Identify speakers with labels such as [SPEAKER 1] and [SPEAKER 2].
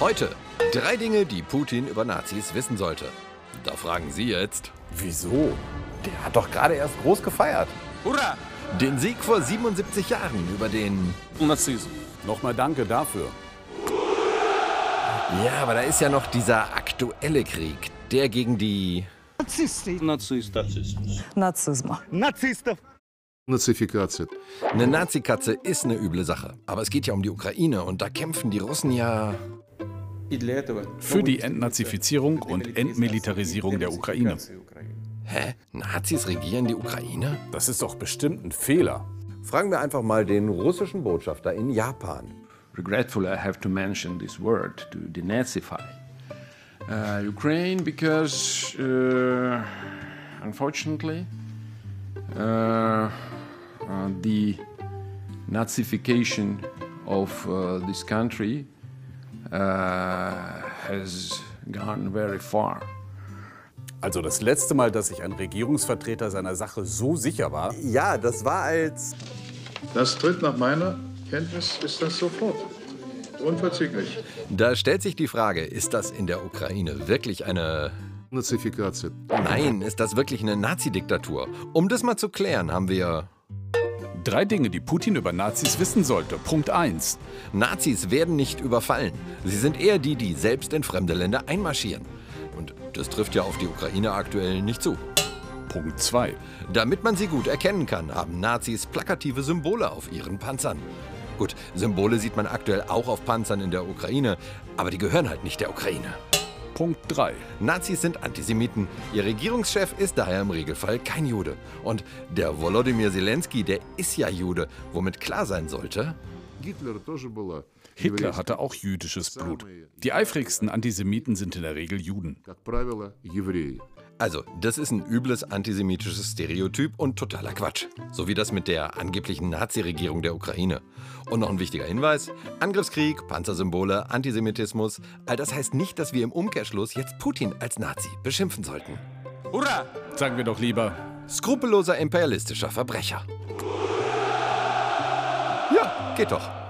[SPEAKER 1] Heute drei Dinge, die Putin über Nazis wissen sollte. Da fragen Sie jetzt
[SPEAKER 2] Wieso? Der hat doch gerade erst groß gefeiert.
[SPEAKER 3] Hurra!
[SPEAKER 1] den Sieg vor 77 Jahren über den.
[SPEAKER 3] Nazismus.
[SPEAKER 2] Nochmal danke dafür.
[SPEAKER 1] Ja, aber da ist ja noch dieser aktuelle Krieg, der gegen die.
[SPEAKER 3] Narzissten.
[SPEAKER 4] нацизма.
[SPEAKER 5] Нацификация.
[SPEAKER 1] Eine Nazikatze ist eine üble Sache. Aber es geht ja um die Ukraine und da kämpfen die Russen ja.
[SPEAKER 6] für die Entnazifizierung und Entmilitarisierung der Ukraine.
[SPEAKER 1] Hä? Nazis regieren die Ukraine?
[SPEAKER 2] Das ist doch bestimmt ein Fehler. Fragen wir einfach mal den russischen Botschafter in Japan.
[SPEAKER 7] regretful I have to mention this word to denazify uh, Ukraine because, uh, unfortunately, uh, uh, the Nazification of uh, this country uh, has gone very far.
[SPEAKER 2] Also das letzte Mal, dass sich ein Regierungsvertreter seiner Sache so sicher war. Ja, das war als.
[SPEAKER 5] Das tritt nach meiner Kenntnis ist das sofort. Unverzüglich.
[SPEAKER 1] Da stellt sich die Frage, ist das in der Ukraine wirklich eine.
[SPEAKER 5] Нацификация.
[SPEAKER 1] Nein, ist das wirklich eine Nazi-Diktatur? Um das mal zu klären, haben wir.
[SPEAKER 6] Drei Dinge, die Putin über Nazis wissen sollte. Punkt 1.
[SPEAKER 1] Nazis werden nicht überfallen. Sie sind eher die, die selbst in fremde Länder einmarschieren. Und das trifft ja auf die Ukraine aktuell nicht zu.
[SPEAKER 6] Punkt 2.
[SPEAKER 1] Damit man sie gut erkennen kann, haben Nazis plakative Symbole auf ihren Panzern. Gut, Symbole sieht man aktuell auch auf Panzern in der Ukraine, aber die gehören halt nicht der Ukraine.
[SPEAKER 6] Punkt 3.
[SPEAKER 1] Nazis sind Antisemiten. Ihr Regierungschef ist daher im Regelfall kein Jude. Und der Volodymyr Zelensky, der ist ja Jude, womit klar sein sollte,
[SPEAKER 5] Гитлер тоже была.
[SPEAKER 6] Hitler hatte auch jüdisches Blut. Die eifrigsten Antisemiten sind in der Regel Juden.
[SPEAKER 5] Как правило, евреи.
[SPEAKER 1] Also, das ist ein übles antisemitisches Stereotyp und totaler Quatsch. So wie das mit der angeblichen Nazi-Regierung der Ukraine. Und noch ein wichtiger Hinweis: Angriffskrieg, Panzersymbole, Antisemitismus. All das heißt nicht, dass wir im Umkehrschluss jetzt Putin als Nazi beschimpfen sollten.
[SPEAKER 3] Hurra!
[SPEAKER 6] Sagen wir doch lieber,
[SPEAKER 1] Skrupelloser imperialistischer Verbrecher. Ja, geht doch.